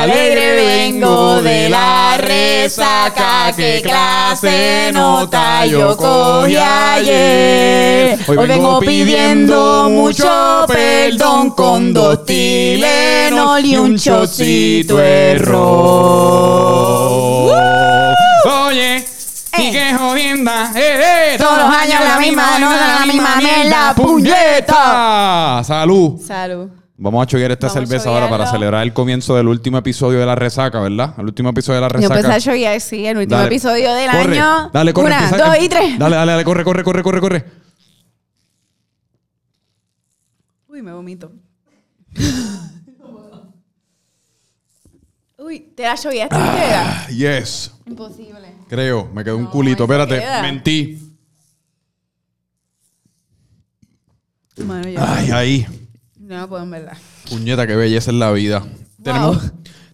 Alegre vengo de la resaca, qué clase nota yo cogí ayer. Hoy vengo pidiendo mucho perdón con dos Tylenol y un chocito de ron. Eh. Oye, y qué jodienda, eh, eh. Todos los años la misma nota, la misma mierda, puñeta. Salud. Salud. Vamos a choquear esta Vamos a cerveza ahora para choquearlo. celebrar el comienzo del último episodio de la resaca, ¿verdad? El último episodio de la Yo resaca. pensaba yo ya sí, el último Dale. episodio del Corre. año. Dale, corre. Una, empieza. dos y tres. Dale, dale, dale, corre, corre, corre, corre, corre. Uy, me vomito. Uy, ¿te la lloviaste entera? Ah, Yes. Imposible. Creo, me quedó un No, culito. ahí se Espérate, queda. mentí. Bueno, yo Ay, ahí. no la puedo en verdad. Puñeta, qué belleza es la vida. Tenemos,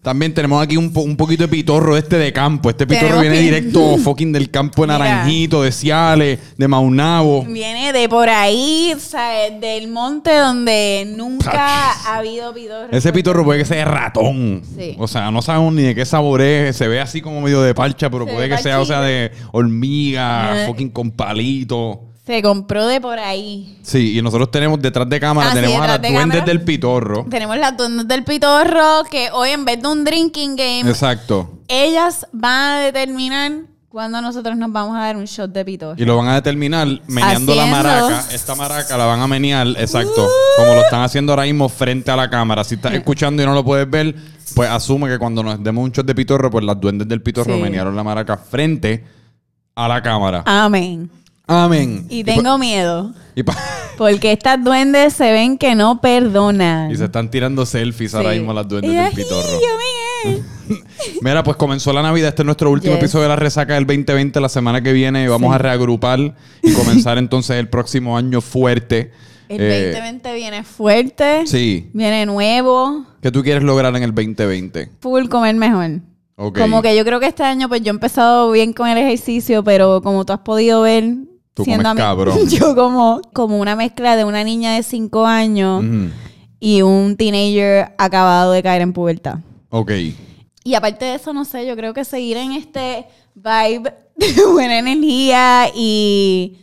también tenemos aquí un, po- un poquito de pitorro este de campo. Este pitorro Tenemos viene pin- directo fucking del campo de Mira. Naranjito, de Ciales, de Maunabo. Viene de por ahí, ¿sabes? Del monte donde nunca Ach. ha habido pidor. Ese pitorro puede que sea de ratón. Sí. O sea, no sabemos ni de qué sabor es. Se ve así como medio de parcha, pero Se puede ve que sea, o sea, de hormiga, Eh. fucking con palito. Se compró de por ahí. Sí, y nosotros tenemos detrás de cámara, Ah, sí, tenemos a detrás las de duendes cámara. del pitorro. Tenemos las duendes del pitorro que hoy en vez de un drinking game, Exacto. ellas van a determinar cuándo nosotros nos vamos a dar un shot de pitorro. Y lo van a determinar meneando la Haciendo. maraca. Esta maraca la van a menear, exacto. Como lo están haciendo ahora mismo frente a la cámara. Si estás escuchando y no lo puedes ver, pues asume que cuando nos demos un shot de pitorro, pues las duendes del pitorro Sí. menearon la maraca frente a la cámara. Amén. Amén. Y tengo miedo. Y, pa- Porque estas duendes se ven que no perdonan. y se están tirando selfies ahora Sí. mismo las duendes Y del así, pitorro. yo, Miguel. Mira, pues comenzó la Navidad. Este es nuestro último Yes. episodio de la resaca del 2020. La semana que viene vamos a reagrupar y comenzar entonces el próximo año fuerte. El Eh, 2020 viene fuerte. Sí. Viene nuevo. ¿Qué tú quieres lograr en el 2020? Full comer mejor. Ok. Como que yo creo que este año, pues yo he empezado bien con el ejercicio, pero como tú has podido ver, Tú siendo comes a mí- cabrón. yo como, como una mezcla de una niña de 5 años Ujú. y un teenager acabado de caer en pubertad. Ok. Y aparte de eso, no sé, yo creo que seguir en este vibe de buena energía y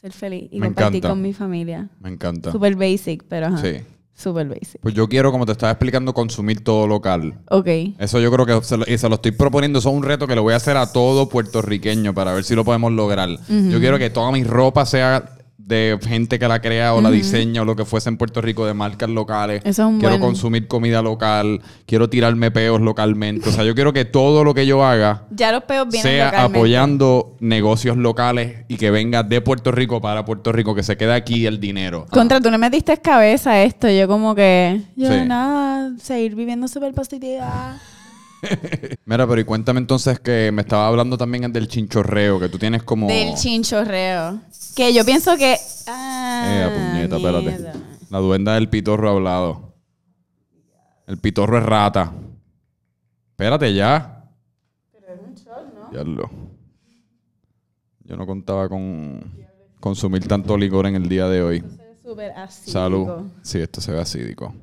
ser feliz y Me compartir encanta. con mi familia. Me encanta. Super basic, pero ajá. Sí. Super basic. Pues yo quiero, como te estaba explicando, consumir todo local. Ok. Eso yo creo que se lo, y se lo estoy proponiendo. Eso es un reto que le voy a hacer a todo puertorriqueño para ver si lo podemos lograr. Yo quiero que toda mi ropa sea de gente que la crea o la diseña o lo que fuese en Puerto Rico de marcas locales. Eso es un quiero buen- consumir comida local, quiero tirarme peos localmente. O sea, yo quiero que todo lo que yo haga Ya los peos vienen sea localmente. apoyando negocios locales y que venga de Puerto Rico para Puerto Rico, que se quede aquí el dinero. Contra, tú no metiste cabeza a esto. Yo como que... Yo Sí. nada, seguir viviendo super positiva. Mira, pero y cuéntame entonces que me estaba hablando también del chinchorreo, que tú tienes como... Del chinchorreo. Que yo pienso que... Ah, Eh, puñeta, mierda. espérate. La duenda del pitorro ha hablado. El pitorro es rata. Espérate ya. Pero es un ¿no? Yo no contaba con consumir tanto licor en el día de hoy. Súper así. Salud. Sí, esto se ve acídico.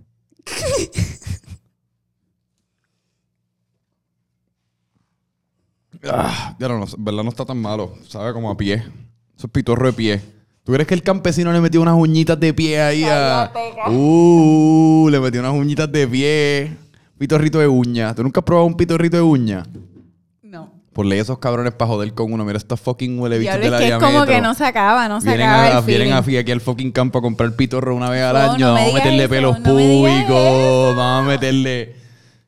ah, ya no, no, en verdad no está tan malo. Sabe como a pie. Eso es pitorro de pie. ¿Tú crees que el campesino le metió unas uñitas de pie ahí a... Uh, le metió unas uñitas de pie. Pitorrito de uña. ¿Tú nunca has probado un pitorrito de uña? No. Ponle esos cabrones para joder con uno. Mira estos fucking huele bichos Diablo, de es la que es como que Diametro. no se acaba, no se Vienen, acaba a, el vienen feeling. a- aquí al fucking campo a comprar pitorro una vez al No, año. no me vamos a digas meterle eso, pelos no me digas públicos. Vamos a meterle.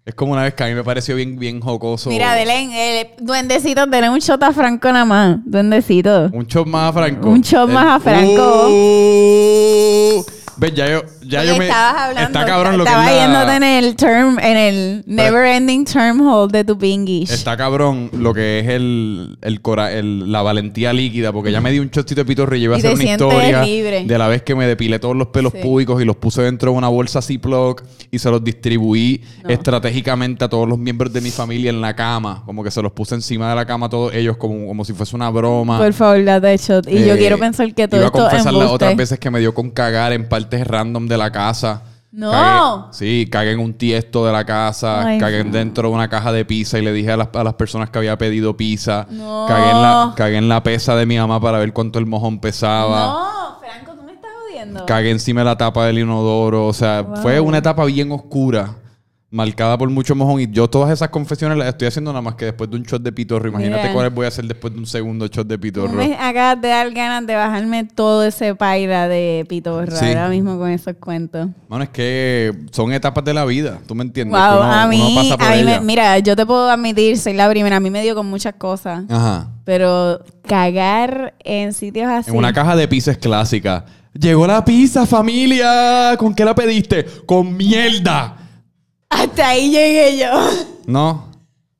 Es como una vez que a mí me pareció bien, bien jocoso. Mira, Belén, eh, duendecito, denle un shot a Franco nada más. Duendecito. Un shot más a Franco. Un shot más a Franco. Uh, ves, ya yo, ya Oye, yo me. estabas hablando. Está cabrón lo que Estaba es la- yéndote en el term, en el never ending term hole de tu pingish. Está cabrón lo que es el, el, cora- el- la valentía líquida, porque ya me di un chocito de pitorro y yo iba a Y hacer te una sientes historia libre. de la vez que me depilé todos los pelos Sí. públicos y los puse dentro de una bolsa Ziploc y se los distribuí No. estratégicamente a todos los miembros de mi familia en la cama. Como que se los puse encima de la cama a todos ellos como, como si fuese una broma. Por favor, date shot. Y yo Eh, quiero pensar que todo iba esto a es confesar las embuste. otras veces que me dio con cagar en partes random de la casa. No. Cagué- sí, cagué en un tiesto de la casa, Ay, cagué no. dentro de una caja de pizza y le dije a las, a las personas que había pedido pizza. No. Cagué, en la, cagué en la pesa de mi mamá para ver cuánto el mojón pesaba. No, Franco, tú me estás jodiendo. Cagué encima de la tapa del inodoro. O sea, Wow. fue una etapa bien oscura, marcada por mucho mojón. Y yo todas esas confesiones las estoy haciendo nada más que después de un shot de pitorro. Imagínate Mira. cuáles voy a hacer después de un segundo shot de Tú pitorro. me acabas de dar ganas de bajarme todo ese paira de pitorra Sí. ahora mismo con esos cuentos. Mano, es que son etapas de la vida, ¿tú me entiendes? Wow, Que uno- a uno mí, pasa por a mí me- ella. mira, yo te puedo admitir, soy la primera, a mí me dio con muchas cosas, Ajá. pero cagar en sitios así. En una caja de pizzas clásica. Llegó la pizza, familia. ¿Con qué la pediste? Con mierda. Hasta ahí llegué yo. No.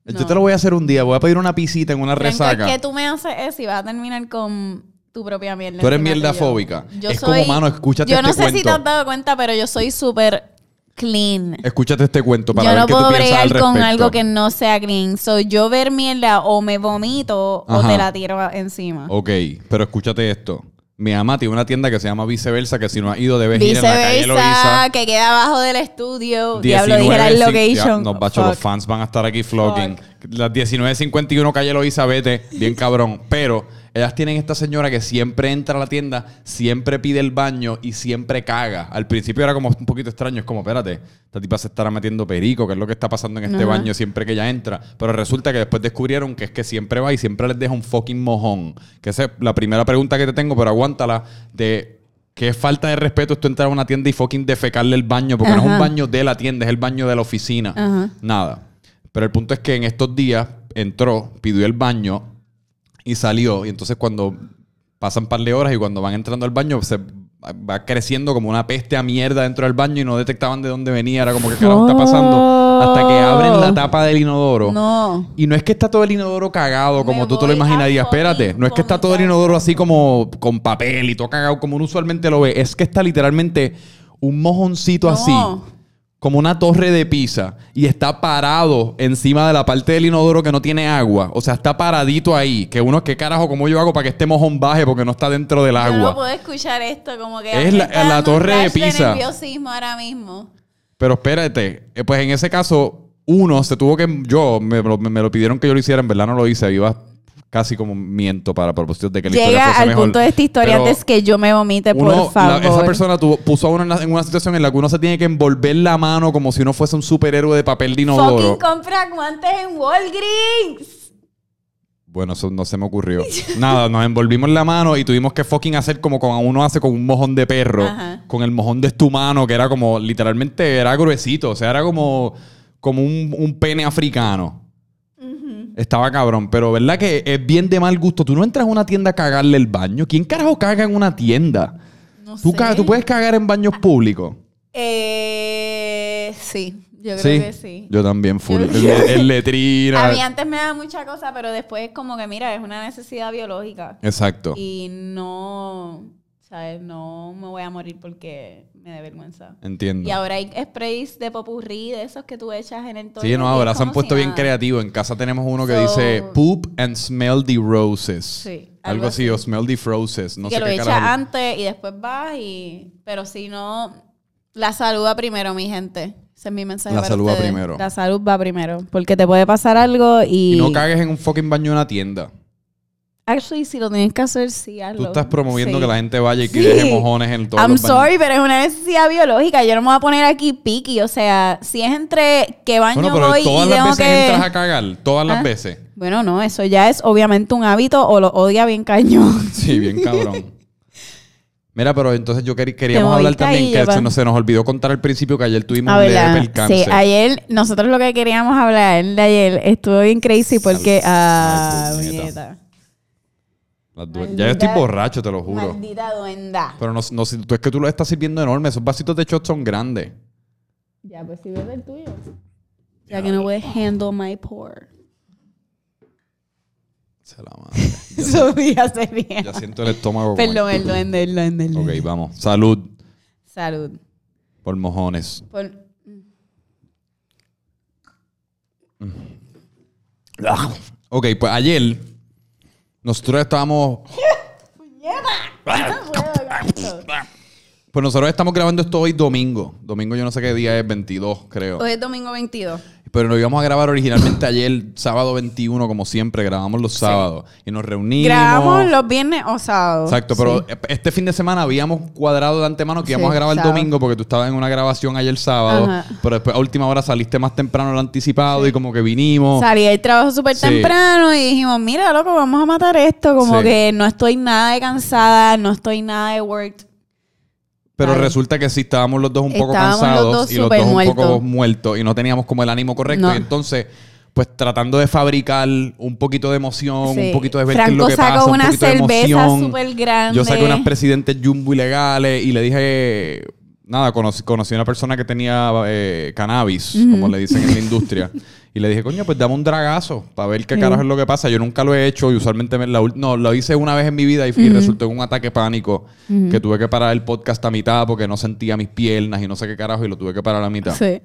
Yo No. te lo voy a hacer un día. Voy a pedir una pisita en una resaca. Franco, es que tú me haces eso y vas a terminar con tu propia mierda. Tú eres encima de mierda yo. fóbica. Yo Es soy- como, mano, escúchate Yo este no sé si te cuento. has dado cuenta, pero yo soy súper clean. Escúchate este cuento para yo ver no qué puedo tú piensas al bregar con respecto. algo que no sea clean. So, yo ver mierda o me vomito Ajá. o te la tiro a- encima. Ok, pero escúchate esto. Mi mamá tiene una tienda que se llama Viceversa, que si no has ido debes ir en Pues la calle Loiza. Viceversa, que queda abajo del estudio. Diablo, dije la 19, sí, location. ya, Nos bacho, los Fuck. fans van a estar aquí flocking. Las 19.51 calle Loiza, vete, bien cabrón. Pero ellas tienen esta señora que siempre entra a la tienda, siempre pide el baño y siempre caga. Al principio era como un poquito extraño, es como, espérate, esta tipa se estará metiendo perico, que es lo que está pasando en este Ajá. baño siempre que ella entra. Pero resulta que después descubrieron que es que siempre va y siempre les deja un fucking mojón. Que esa es la primera pregunta que te tengo, pero aguántala de... Qué falta de respeto es tú entrar a una tienda y fucking defecarle el baño, porque no es un Ajá. baño baño de la tienda, es el baño de la oficina. Ajá. Nada. Pero el punto es que en estos días entró, pidió el baño y salió. Y entonces cuando pasan par de horas y cuando van entrando al baño, se va creciendo como una peste a mierda dentro del baño y no detectaban de dónde venía. Era como que carajo está pasando. Hasta que abren la tapa del inodoro. No. Y no es que está todo el inodoro cagado como Me tú te lo voy a imaginarías. fucking Espérate, no es que está todo el vomitar. inodoro así como con papel y todo cagado como uno usualmente lo ve. Es que está literalmente un mojoncito No. así, como una torre de pizza, y está parado encima de la parte del inodoro que no tiene agua. O sea, está paradito ahí. Que uno, ¿qué carajo? ¿Cómo yo hago para que este mojón baje? Porque no está dentro del Yo no agua. puedo escuchar esto como que... Es me la- está la dando torre de un flash Pisa. nerviosismo ahora mismo. Pero espérate, eh, pues en ese caso, uno se tuvo que. Yo, me, lo- me lo pidieron que yo lo hiciera, en verdad no lo hice, iba casi como miento para propósitos de que la historia Llega fuese al mejor. punto de esta historia Pero antes que yo me vomite, uno- por favor. la- esa persona tuvo- puso a uno en, la- en una situación en la que uno se tiene que envolver la mano como si uno fuese un superhéroe de papel de Fucking inodoro. compra guantes en Walgreens. Bueno, eso no se me ocurrió. Nada, nos envolvimos la mano y tuvimos que fucking hacer como con uno hace con un mojón de perro, Ajá. con el mojón de estumano, que era como, literalmente era gruesito, o sea, era como, como un, un pene africano. Estaba cabrón, pero verdad que es bien de mal gusto. Tú no entras a una tienda a cagarle el baño. ¿Quién carajo caga en una tienda? No ¿Tú, sé. ca- tú puedes cagar en Ah, baños públicos. Eh, sí, yo creo que sí. Yo también, full. Yo- En, le- en letrina. A mí antes me daba mucha cosa, pero después es como que, mira, es una necesidad biológica. Exacto. Y no, ¿sabes? No me voy a morir porque me dé vergüenza. Entiendo. Y ahora hay sprays de popurrí de esos que tú echas en el toile. Sí, no, que ahora es se han como puesto si bien nada. creativos. En casa tenemos uno que So- dice poop and smell the roses. Sí, Algo algo así, o smell the roses. No que sé lo qué echas carajo. antes y después vas y... Pero si no, la salud va primero, mi gente. Ese es mi mensaje La para salud va ustedes. primero. La salud va primero. Porque te puede pasar algo y... Y no cagues en un fucking baño de una tienda. Actually, si lo tienes que hacer, sí, hazlo. Tú estás promoviendo Sí. que la gente vaya y que Sí. deje mojones en todos I'm los baños. sorry, pero es una necesidad biológica. Yo no me voy a poner aquí piqui. O sea, si es entre qué baño Bueno, pero voy y todas las tengo veces que... entras a cagar. Todas las Ah. veces. Bueno, no, eso ya es obviamente un hábito o lo odia bien cañón. Sí, bien cabrón. Mira, pero entonces yo queri- queríamos Te hablar moviste también ahí, que Eva. se nos, se nos olvidó contar al principio que ayer tuvimos A un ver, leve la- percance. sí, ayer nosotros lo que queríamos hablar de ayer estuvo bien crazy porque... Ay, Ah, puñeta. puñeta. Las duen- ya yo estoy Maldita- borracho, te lo juro. Maldita duenda. Pero no, no, si- tú- es que tú lo estás sirviendo enorme. Esos vasitos de shot son grandes. Ya, pues si ves el tuyo. Ya que no puedes handle my pour. Se la madre. Sofía sería. Ya siento el estómago. como- Perdón, el duende, el duende, el Ok, duende. vamos. Salud Salud. por mojones. Por- Ok, pues ayer nosotros estábamos Ah, Ah, ¡Puñeta! No puedo con esto. Pues nosotros estamos grabando esto hoy domingo. Domingo yo no sé qué día es, 22 creo. Hoy es domingo 22. Pero lo íbamos a grabar originalmente ayer, sábado 21, como siempre. Grabamos los sábados. Y nos reunimos. Grabamos los viernes o sábados. Exacto, pero este fin de semana habíamos cuadrado de antemano que íbamos Sí, a grabar el sábado. domingo porque tú estabas en una grabación ayer sábado, Ajá. pero después a última hora saliste más temprano al anticipado y como que vinimos. Salí del trabajo súper Sí. temprano y dijimos, mira, loco, vamos a matar esto. Como Sí. que no estoy nada de cansada, no estoy nada de worked. Pero Ay. resulta que sí, estábamos los dos un poco Estábamos los cansados dos y los súper dos un poco muertos. muertos y no teníamos como el ánimo correcto. No. Y entonces, pues tratando de fabricar un poquito de emoción, Sí. un poquito de ver qué es Franco lo que sacó pasa, un una poquito de cerveza emoción. súper grande. Yo saqué unas presidentes jumbo ilegales y le dije, nada, conocí, conocí a una persona que tenía eh, cannabis, como le dicen en la industria. Y le dije, coño, pues dame un dragazo para ver qué carajo es lo que pasa. Yo nunca lo he hecho y usualmente me- la ul- no, lo hice una vez en mi vida y, y resultó en un ataque de pánico que tuve que parar el podcast a mitad porque no sentía mis piernas y no sé qué carajo y lo tuve que parar a mitad. Sí.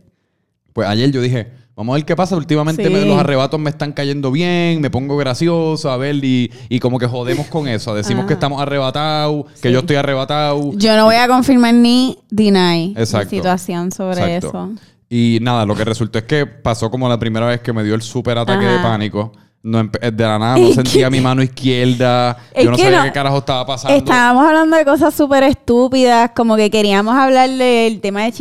Pues ayer yo dije, vamos a ver qué pasa. Últimamente Sí. me- los arrebatos me están cayendo bien, me pongo gracioso, a ver, y, y como que jodemos con eso. Decimos que estamos arrebatados, que yo estoy arrebatado. Yo no voy a confirmar ni deny Exacto. la situación sobre Exacto. eso. Y nada, lo que resultó es que pasó como la primera vez que me dio el súper ataque de Ajá. pánico. No, empe- eh, de la nada no Es sentía que- mi mano izquierda. Es Yo no que sabía no- qué carajo estaba pasando. Estábamos hablando de cosas súper estúpidas, como que queríamos hablar del tema de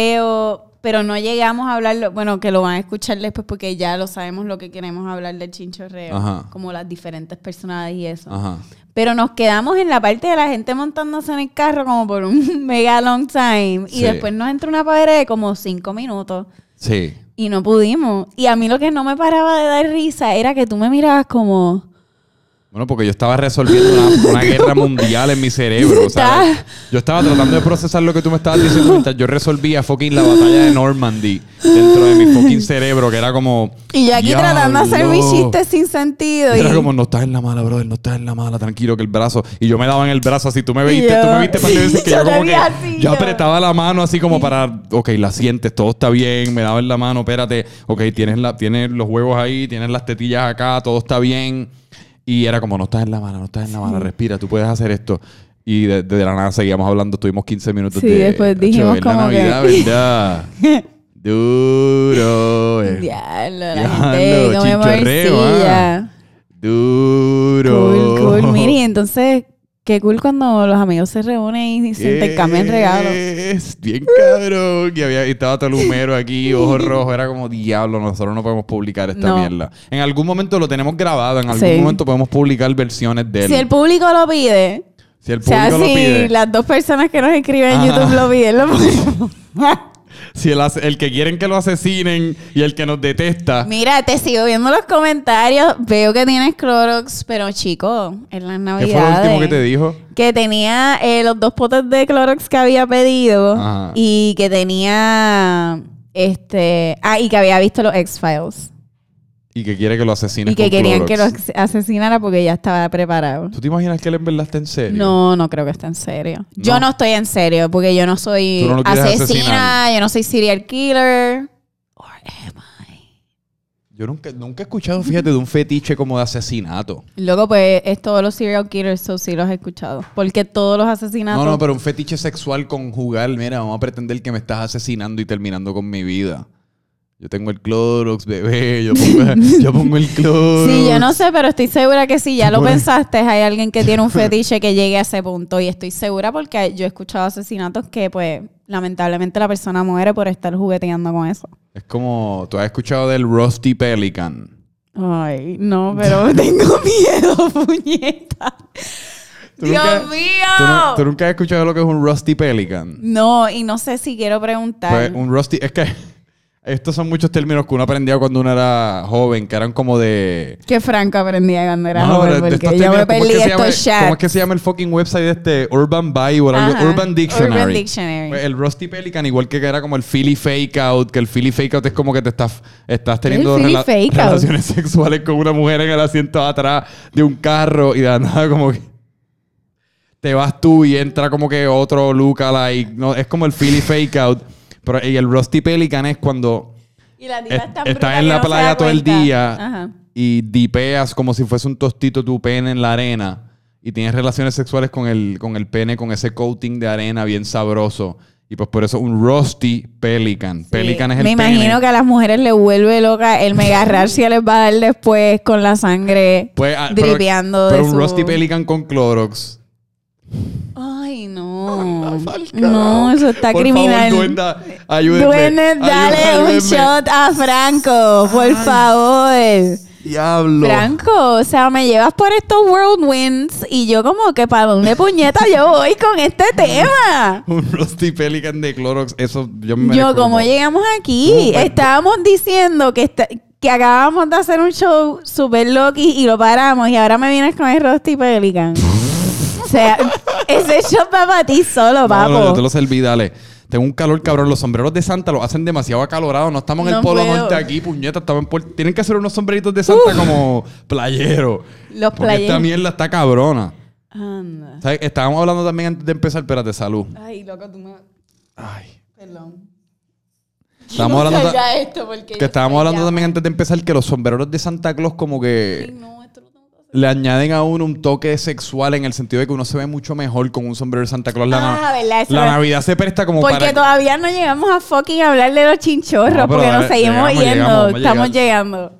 chinchorreo, pero no llegamos a hablarlo. Bueno, que lo van a escuchar después porque ya lo sabemos lo que queremos hablar del chinchorreo, Ajá. como las diferentes personadas y eso. Ajá. Pero nos quedamos en la parte de la gente montándose en el carro como por un mega long time. Y Sí. después nos entró una padre de como cinco minutos. Sí. Y no pudimos. Y a mí lo que no me paraba de dar risa era que tú me mirabas como... Bueno, porque yo estaba resolviendo una, una guerra mundial en mi cerebro, ¿sabes? Yo estaba tratando de procesar lo que tú me estabas diciendo mientras yo resolvía fucking la batalla de Normandy dentro de mi fucking cerebro, que era como... Y yo aquí tratando de hacer mis "Diablo". chistes sin sentido. Era y- como, no estás en la mala, brother, no estás en la mala, tranquilo, que el brazo... Y yo me daba en el brazo así, tú me viste, Y yo- tú me viste para veces que Yo yo como te vi que... así, yo yo- apretaba la mano así como para, ok, la sientes, todo está bien, me daba en la mano, espérate, ok, tienes, la, tienes los huevos ahí, tienes las tetillas acá, todo está bien. Y era como, no estás en la mano, no estás en la mano, respira, tú puedes hacer esto. Y de, de la nada seguíamos hablando, estuvimos 15 minutos Sí, de... después "Acho, dijimos es como que- la Navidad, ¿verdad? Duro. eh. Diablo, la Diablo, ah. gente come chinchorreo, morcilla. ah. Duro. Cool, cool. Miri, entonces, qué cool cuando los amigos se reúnen y se intercambian regalos. Es bien cabrón. Y, había, y estaba Talumero aquí, ojo rojo. Era como, diablo, nosotros no podemos publicar esta No. mierda. En algún momento lo tenemos grabado, en algún Sí. momento podemos publicar versiones de él. Si el público lo pide, o público sea, lo si pide. las dos personas que nos escriben en Ajá. YouTube lo piden, lo podemos. Si el, ase- el que quieren que lo asesinen y el que nos detesta. Mira, te sigo viendo los comentarios. Veo que tienes Clorox, pero chico, en las ¿Qué navidades. fue lo último que te dijo? que tenía eh, los dos potes de Clorox que había pedido Ajá. y que tenía este ah y que había visto los X Files Y que quiere que lo asesinen. y que con querían que lo Clorox. as- asesinara porque ya estaba preparado. ¿Tú te imaginas que él en verdad está en serio? No, no creo que esté en serio. Yo No. no estoy en serio porque yo no soy Tú no lo quieres asesina, asesinar. yo no soy serial killer. Or am I? Yo nunca, nunca he escuchado, fíjate, de un fetiche como de asesinato. Luego pues es todos los serial killers, eso sí los he escuchado, porque todos los asesinatos No, no, pero un fetiche sexual conjugal. Mira, vamos a pretender que me estás asesinando y terminando con mi vida. Yo tengo el Clorox, bebé. Yo pongo, yo pongo el Clorox. Sí, yo no sé, pero estoy segura que si ya lo Bueno. pensaste, hay alguien que tiene un fetiche que llegue a ese punto. Y estoy segura porque yo he escuchado asesinatos que, pues, lamentablemente la persona muere por estar jugueteando con eso. Es como, tú has escuchado del Rusty Pelican. Ay, no, pero tengo miedo, puñeta. ¿Tú ¡Dios nunca- ¿Tú, mío! no- tú nunca has escuchado lo que es un Rusty Pelican? No, y no sé si quiero preguntar. Pues un Rusty, es que estos son muchos términos que uno aprendía cuando uno era joven, que eran como de... que Franco aprendía cuando era No, joven, Ah, pero de estos porque yo me términos, ¿cómo es perdí que se llama- estos ¿Cómo es que chats. se llama el fucking website de este Urban Bible? o algo? Ajá. Urban Dictionary. Urban Dictionary. Pues el Rusty Pelican, igual que era como el Philly Fake Out, que el Philly Fake Out es como que te estás, estás teniendo Philly rela- Fake Out? relaciones sexuales con una mujer en el asiento de atrás de un carro y de la nada como que te vas tú y entra como que otro lookalike. No, es como el Philly Fake Out. Pero, y el Rusty Pelican es cuando Y la es- diva es estás tan bruta en que la no se da playa todo el cuenta. día Ajá. y dipeas como si fuese un tostito tu pene en la arena. y tienes relaciones sexuales con el, con el pene, con ese coating de arena bien sabroso. Y pues por eso un rusty pelican. Pelican es el Me pene. imagino que a las mujeres le vuelve loca el mega rancia les va a dar después con la sangre Pues, ah, pero- dripeando pero, de un su- rusty pelican con Clorox. Ay, no. No, eso está Por criminal. Favor, duenda, ayúdenme. Duende, dale un ayúdenme. shot a Franco, por favor. Diablo. Franco, o sea, me llevas por estos whirlwinds y yo como que para dónde puñeta yo voy con este tema. Un rusty pelican de Clorox. Eso yo me pues, Yo, merezco como como- llegamos aquí, estábamos diciendo que, esta- que acabábamos de hacer un show super Loki y lo paramos y ahora me vienes con el Rusty Pelican. o sea, ese shot va para ti solo, No, papo. no, yo te lo serví, dale. Tengo un calor, cabrón. Los sombreros de Santa los hacen demasiado acalorados. No estamos en No el polo puedo. norte aquí, puñeta. Estamos en Puerto- Tienen que hacer unos sombreritos de Santa como playero. Porque Los esta playeros. mierda está cabrona. Anda. ¿Sabes? Estábamos hablando también antes de empezar. Espérate, salud. Ay, loco, tú me... Ay. Perdón. Estábamos hablando, ta- esto porque... que estábamos hablando también antes de empezar que los sombreros de Santa Claus como que No, esto lo tengo que hacer. le añaden a uno un toque sexual en el sentido de que uno se ve mucho mejor con un sombrero de Santa Claus. La, Ah, na- verdad, eso la era- Navidad se presta como Porque para... todavía no llegamos a fucking hablar de los chinchorros, No, pero porque dale, nos seguimos llegamos, yendo. llegamos, vamos a Estamos llegar. llegando.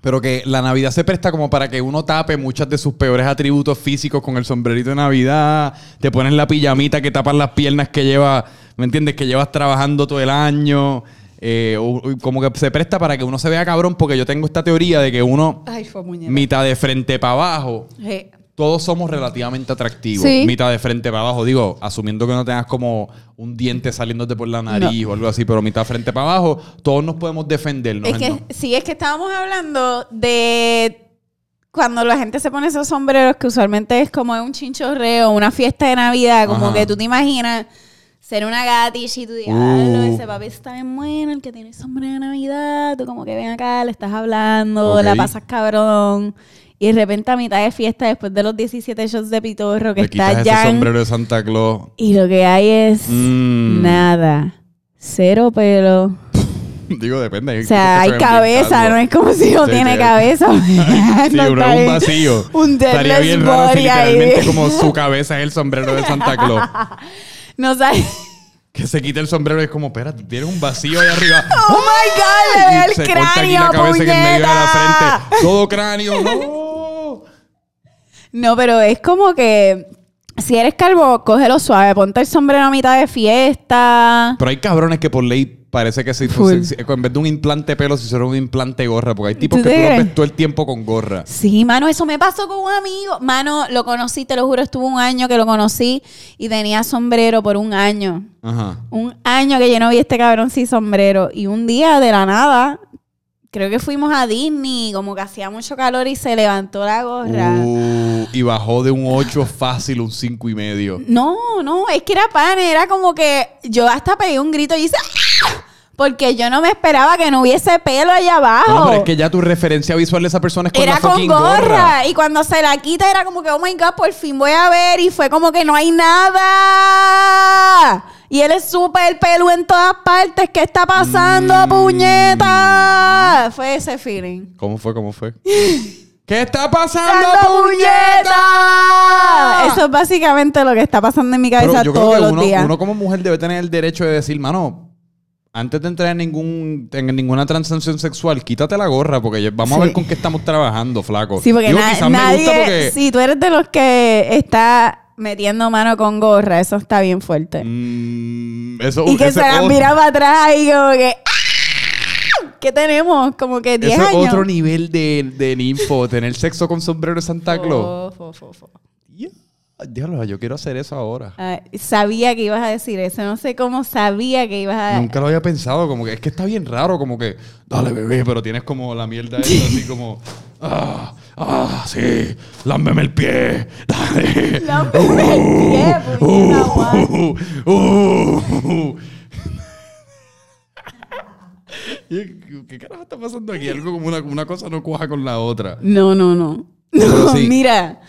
Pero que la Navidad se presta como para que uno tape muchas de sus peores atributos físicos con el sombrerito de Navidad. Te pones la pijamita que tapas las piernas que lleva, ¿me entiendes? Que llevas trabajando todo el año. Eh, o- o como que se presta para que uno se vea cabrón, porque yo tengo esta teoría de que uno, Ay, fue muñeca. mitad de frente para abajo, Sí. todos somos relativamente atractivos. Sí. Mitad de frente para abajo. Digo, asumiendo que no tengas como un diente saliéndote por la nariz o algo así, pero mitad frente para abajo, todos nos podemos defendernos. Es que, ¿no? sí, es que estábamos hablando de cuando la gente se pone esos sombreros, que usualmente es como un chinchorreo, una fiesta de Navidad, como Ajá. que tú te imaginas ser una gatish y tú dices, "Diablo, Uh. ese papi está bien bueno, el que tiene el sombrero de Navidad, tú como que ven acá, le estás hablando, la Ok. pasas cabrón. Y de repente a mitad de fiesta, después de los 17 shots de pitorro que Le quitas está ese ya sombrero de Santa Claus. y lo que hay es Mm. nada, cero pelo. Digo, depende. O sea, hay cabeza, no es como si no Sí, tiene sí. cabeza. Sí, No uno está es un bien. vacío. Un Estaría deadless bien raro si body ahí. literalmente como su cabeza es el sombrero de Santa Claus. No sabe. Que se quita el sombrero y es como, espérate, tiene un vacío ahí arriba. ¡Oh my God! Le veo Y el se corta aquí cráneo, la cabeza en el medio de la puñeta. frente. Todo cráneo, no. No, pero es como que si eres calvo, cógelo suave. Ponte el sombrero a mitad de fiesta. Pero hay cabrones que por ley parece que si tú Full. se- en vez de un implante de pelo se hicieron un implante de gorra. Porque hay tipos ¿Tú que te tú los crees? ves todo el tiempo con gorra. Sí, mano, eso me pasó con un amigo. Mano, lo conocí, te lo juro, estuvo un año que lo conocí y tenía sombrero por un año. Ajá. Un año que yo no vi este cabrón sin sombrero. Y un día de la nada, creo que fuimos a Disney, como que hacía mucho calor y se levantó la gorra. Uh, y bajó de un 8 fácil un 5 y medio. No, no, es que era pan, era como que yo hasta pedí un grito y hice "¡Ah!", porque yo no me esperaba que no hubiese pelo allá abajo. No, no, pero es que ya tu referencia visual de esa persona es con era la con fucking gorra. gorra. y cuando se la quita era como que, oh my god, por fin voy a ver y fue como que no hay nada. Y él es súper pelo en todas partes, ¿qué está pasando, Mm. puñeta? Fue ese feeling. ¿Cómo fue? ¿Cómo fue? ¿Qué está pasando, ¡Dando puñeta? puñeta! Eso es básicamente lo que está pasando en mi Pero cabeza yo creo todos que los uno, días. uno como mujer debe tener el derecho de decir, mano, antes de entrar en, ningún, en ninguna transacción sexual, quítate la gorra porque yo- vamos a Sí. ver con qué estamos trabajando, flaco. Sí, porque Digo, na- quizás me nadie. gusta porque... Si tú eres de los que está metiendo mano con gorra, eso está bien fuerte. Mm, eso, y que ese se la otro- mira para atrás y como que. ¡ah! ¿Qué tenemos? Como que 10 ese años. otro nivel de, de ninfo, tener sexo con sombrero de Oh, Santa Claus. Fo, fo, fo, fo. Ya, diablo, yo quiero hacer eso ahora. Ay, Ah, sabía que ibas a decir eso. No sé cómo sabía que ibas a. Nunca lo había pensado, como que es que está bien raro, como que, dale bebé, pero tienes como la mierda esa, así como, ah, ah, sí, lámbeme el pie, dale. Lámbeme el pie, puñeta, guau. uh, uh, uh. Y- ¿Qué carajo está pasando aquí? Algo como una, una cosa no cuaja con la otra. No, no, no. Pero No, sí. mira.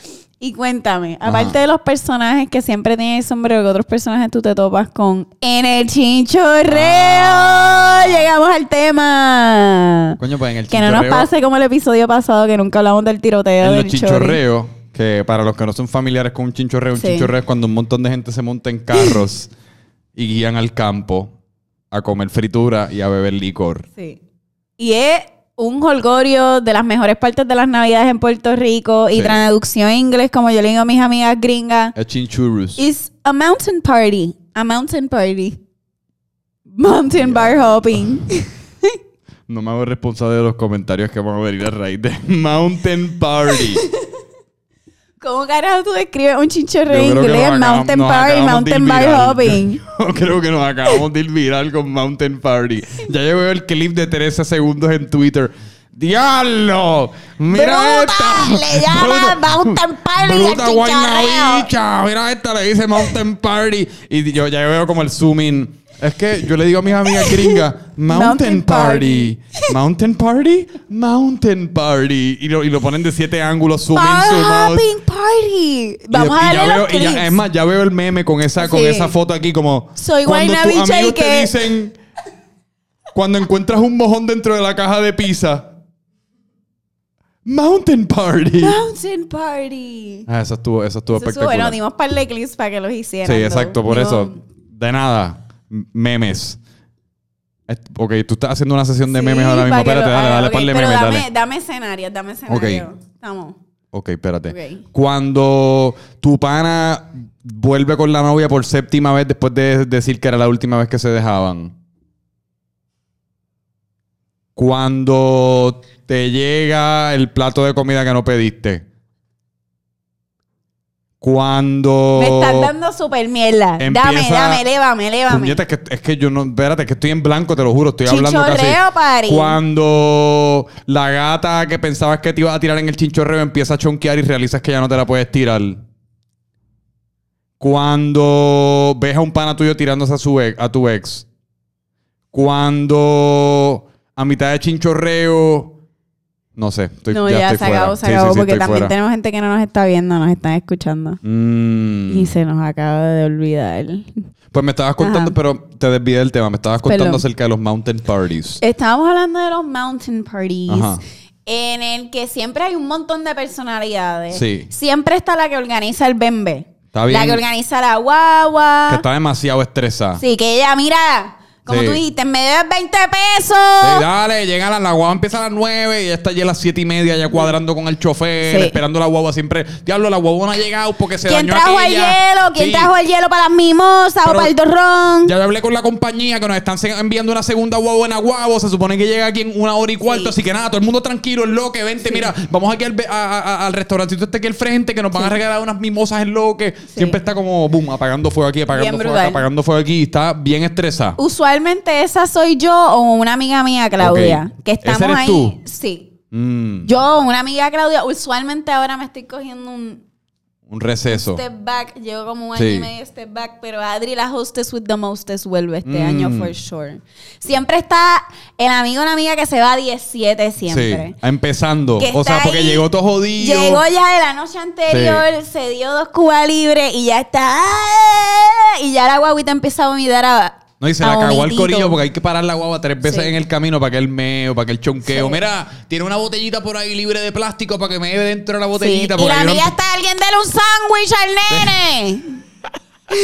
Y cuéntame, Ajá. aparte de los personajes que siempre tienen el sombrero, que otros personajes tú te topas con en el chinchorreo. Ah. Llegamos al tema. Coño, pues en el Que no nos chinchorreo- pase como el episodio pasado que nunca hablamos del tiroteo En del los chori. chinchorreos, que para los que no son familiares con un chinchorreo, un Sí. chinchorreo es cuando un montón de gente se monta en carros y guían al campo a comer fritura y a beber licor. Sí. Y es un holgorio de las mejores partes de las navidades en Puerto Rico y Sí. traducción en inglés, como yo le digo a mis amigas gringas. Es chinchurrus. It's a mountain party. A mountain party. Mountain bar hopping. No me hago responsable de los comentarios que van a venir a raíz de Mountain Party. ¿Cómo carajo tú describes un chinchorreo Yo creo que inglés? nos acabamos- mountain nos party, acabamos de ir mountain bar viral. hopping. Yo creo que nos acabamos de ir viral con Mountain Party. Ya yo veo el clip de 13 segundos en Twitter. ¡Diablo! ¡Mira ¡Brutal! esta! Le llaman Bruta- Mountain Party al ¡Bruta chicharreo. guaynabicha! Mira esta, le dice Mountain Party. Y yo ya yo veo como el zoom in. Es que yo le digo a mis amigas gringas, Mountain Mountain Party. Party. Mountain Party, Mountain Party. Y lo, y lo ponen de siete ángulos, zoom in, zoom Bar out. hopping party. Y- Vamos y a ya darle los veo- y ya- clips. es más, ya veo el meme con esa, con Sí. esa foto aquí como... Soy cuando guayna tus bicha y amigos que- te dicen... Cuando encuentras un mojón dentro de la caja de pizza. Mountain Party. Mountain party. Ah, eso estuvo, eso estuvo Eso estuvo espectacular. bueno, dimos par de clips para que los hicieran. sí, ¿no? exacto, por Digo, eso. De nada. M- Memes. Est- Ok, tú estás haciendo una sesión de memes sí, ahora mismo. para que Espérate, lo dale, hagan, dale, ok, par de pero memes, dame, dale. Dame escenarios, dame escenarios. Ok. Estamos. Ok, espérate. Ok. Cuando tu pana vuelve con la novia por séptima vez después de decir que era la última vez que se dejaban. Cuando te llega el plato de comida que no pediste. Cuando... Me estás dando super mierda. Oh. Dame, Empieza- dame, elévame, elévame. Puñeta, es que, es que yo no... Espérate, que estoy en blanco, te lo juro. Estoy hablando casi... Chinchorreo party. Cuando la gata que pensabas que te ibas a tirar en el chinchorreo empieza a chonquear y realizas que ya no te la puedes tirar. Cuando ves a un pana tuyo tirándose a, su ex- a tu ex. Cuando a mitad de chinchorreo... No sé, estoy, No, ya, ya, estoy se fuera. acabó, se Sí, sí, acabó. sí, porque estoy también fuera. tenemos gente que no nos está viendo, nos están escuchando. Mm. Y se nos acaba de olvidar. Pues me estabas contando, Ajá. pero te desvié del tema. Me estabas contando Perdón. acerca de los mountain parties. Estábamos hablando de los mountain parties. Ajá. En el que siempre hay un montón de personalidades. Sí. Siempre está la que organiza el bembe. Está bien. La que organiza la guagua. Que está demasiado estresada. Sí, que ella, mira, como Sí. tú dijiste, me debes 20 pesos. Sí, dale, llega a la, la guagua, empieza a las 9 y ya está allí a las 7 y media, ya cuadrando con el chofer, Sí. esperando la guagua siempre. Diablo, la guagua no ha llegado porque se ¿Quién dañó trajo aquella". el hielo? ¿Quién Sí. trajo el hielo para las mimosas o Pero- para el torrón? Ya yo hablé con la compañía que nos están se- enviando una segunda guagua en Aguabo. Se supone que llega aquí en una hora y cuarto. Así que nada, todo el mundo tranquilo, es loque. Vente, mira, vamos aquí al, be- a- a- a- al restaurantito este que el frente que nos van a regalar unas mimosas en loque. Siempre está como, boom, apagando fuego aquí, apagando Bien fuego brutal. acá, apagando fuego aquí. Está bien estresada. Usualmente esa soy yo o una amiga mía, Claudia. Ok. Que ¿Esa estamos eres ahí. tú? Sí. Mm, Yo o una amiga Claudia, usualmente ahora me estoy cogiendo un un receso. step back. Llevo como un Sí. año y medio step back, pero Adri, la hostess with the mostest, vuelve este Mm. año for sure. Siempre está el amigo o la amiga que se va a 17 siempre. Sí, ah, empezando. que O sea, está porque ahí. llegó todo jodido. Llegó ya de la noche anterior, se dio dos cubas libres y ya está. ¡ah! Y ya la guaguita empieza a vomitar a. No, y se a la cagó al vomitito. corillo porque hay que parar la guagua tres veces Sí. en el camino para que el meo, para que el chonqueo. Sí. Mira, tiene una botellita por ahí libre de plástico para que me dé dentro de la Sí, botellita. Y porque la yo no- amiga está, alguien dele un sándwich al nene.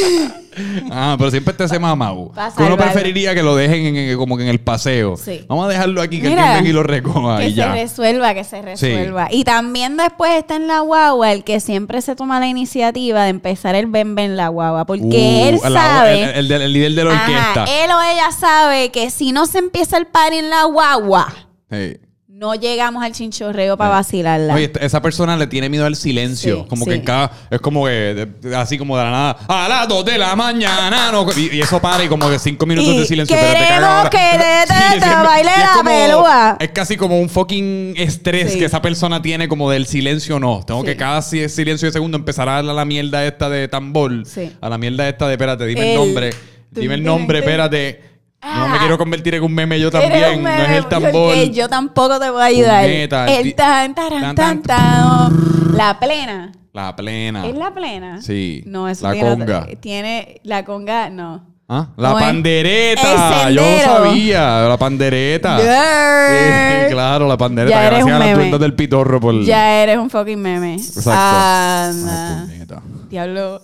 Ah, pero siempre te se mamau. Pa' Que Uno salvarlo. preferiría que lo dejen en- en- como que en el paseo. Sí. Vamos a dejarlo aquí, que Mira, alguien venga y lo recoja que Ah, y ya. se resuelva, que se resuelva. Y también después está en la guagua el que siempre se toma la iniciativa de empezar el bembe en la guagua. Porque Uh, él la- sabe. el, el- el- el líder de la Ajá, orquesta. él o ella sabe que si no se empieza el party en la guagua, Sí. no llegamos al chinchorreo para vacilarla. Eh, Oye, esta- esa persona le tiene miedo al silencio. Sí, como sí. que en cada. Es como que. de- así como de la nada. A las 2 de la mañana. no- y, y eso para y como que 5 minutos Y de silencio. queremos que te- te- te siempre- baile y es la como- pelúa. Es casi como un fucking estrés Sí. que esa persona tiene como del silencio no. Tengo Sí. que cada si- silencio de segundo empezar a darle a la mierda esta de tambor. Sí. A la mierda esta de. Espérate, dime el, El- nombre. Dime el nombre, espérate. No Ah. me quiero convertir en un meme yo también. No es el tambor. Porque yo tampoco te voy a ayudar. Puñeta, el ti- tan, taran, tan, tan, tan. La plena. La plena. ¿Es la plena? Sí. No, eso La tiene conga. otra- Tiene la conga, no. ¿Ah? La No es- pandereta. El Yo no sendero. sabía. La pandereta. Sí, claro, la pandereta. Ya eres Gracias un a las meme. cuentas del pitorro por. Ya eres un fucking meme. Mm. Exacto. Ah, Ay, Anda. puñeta. Diablo.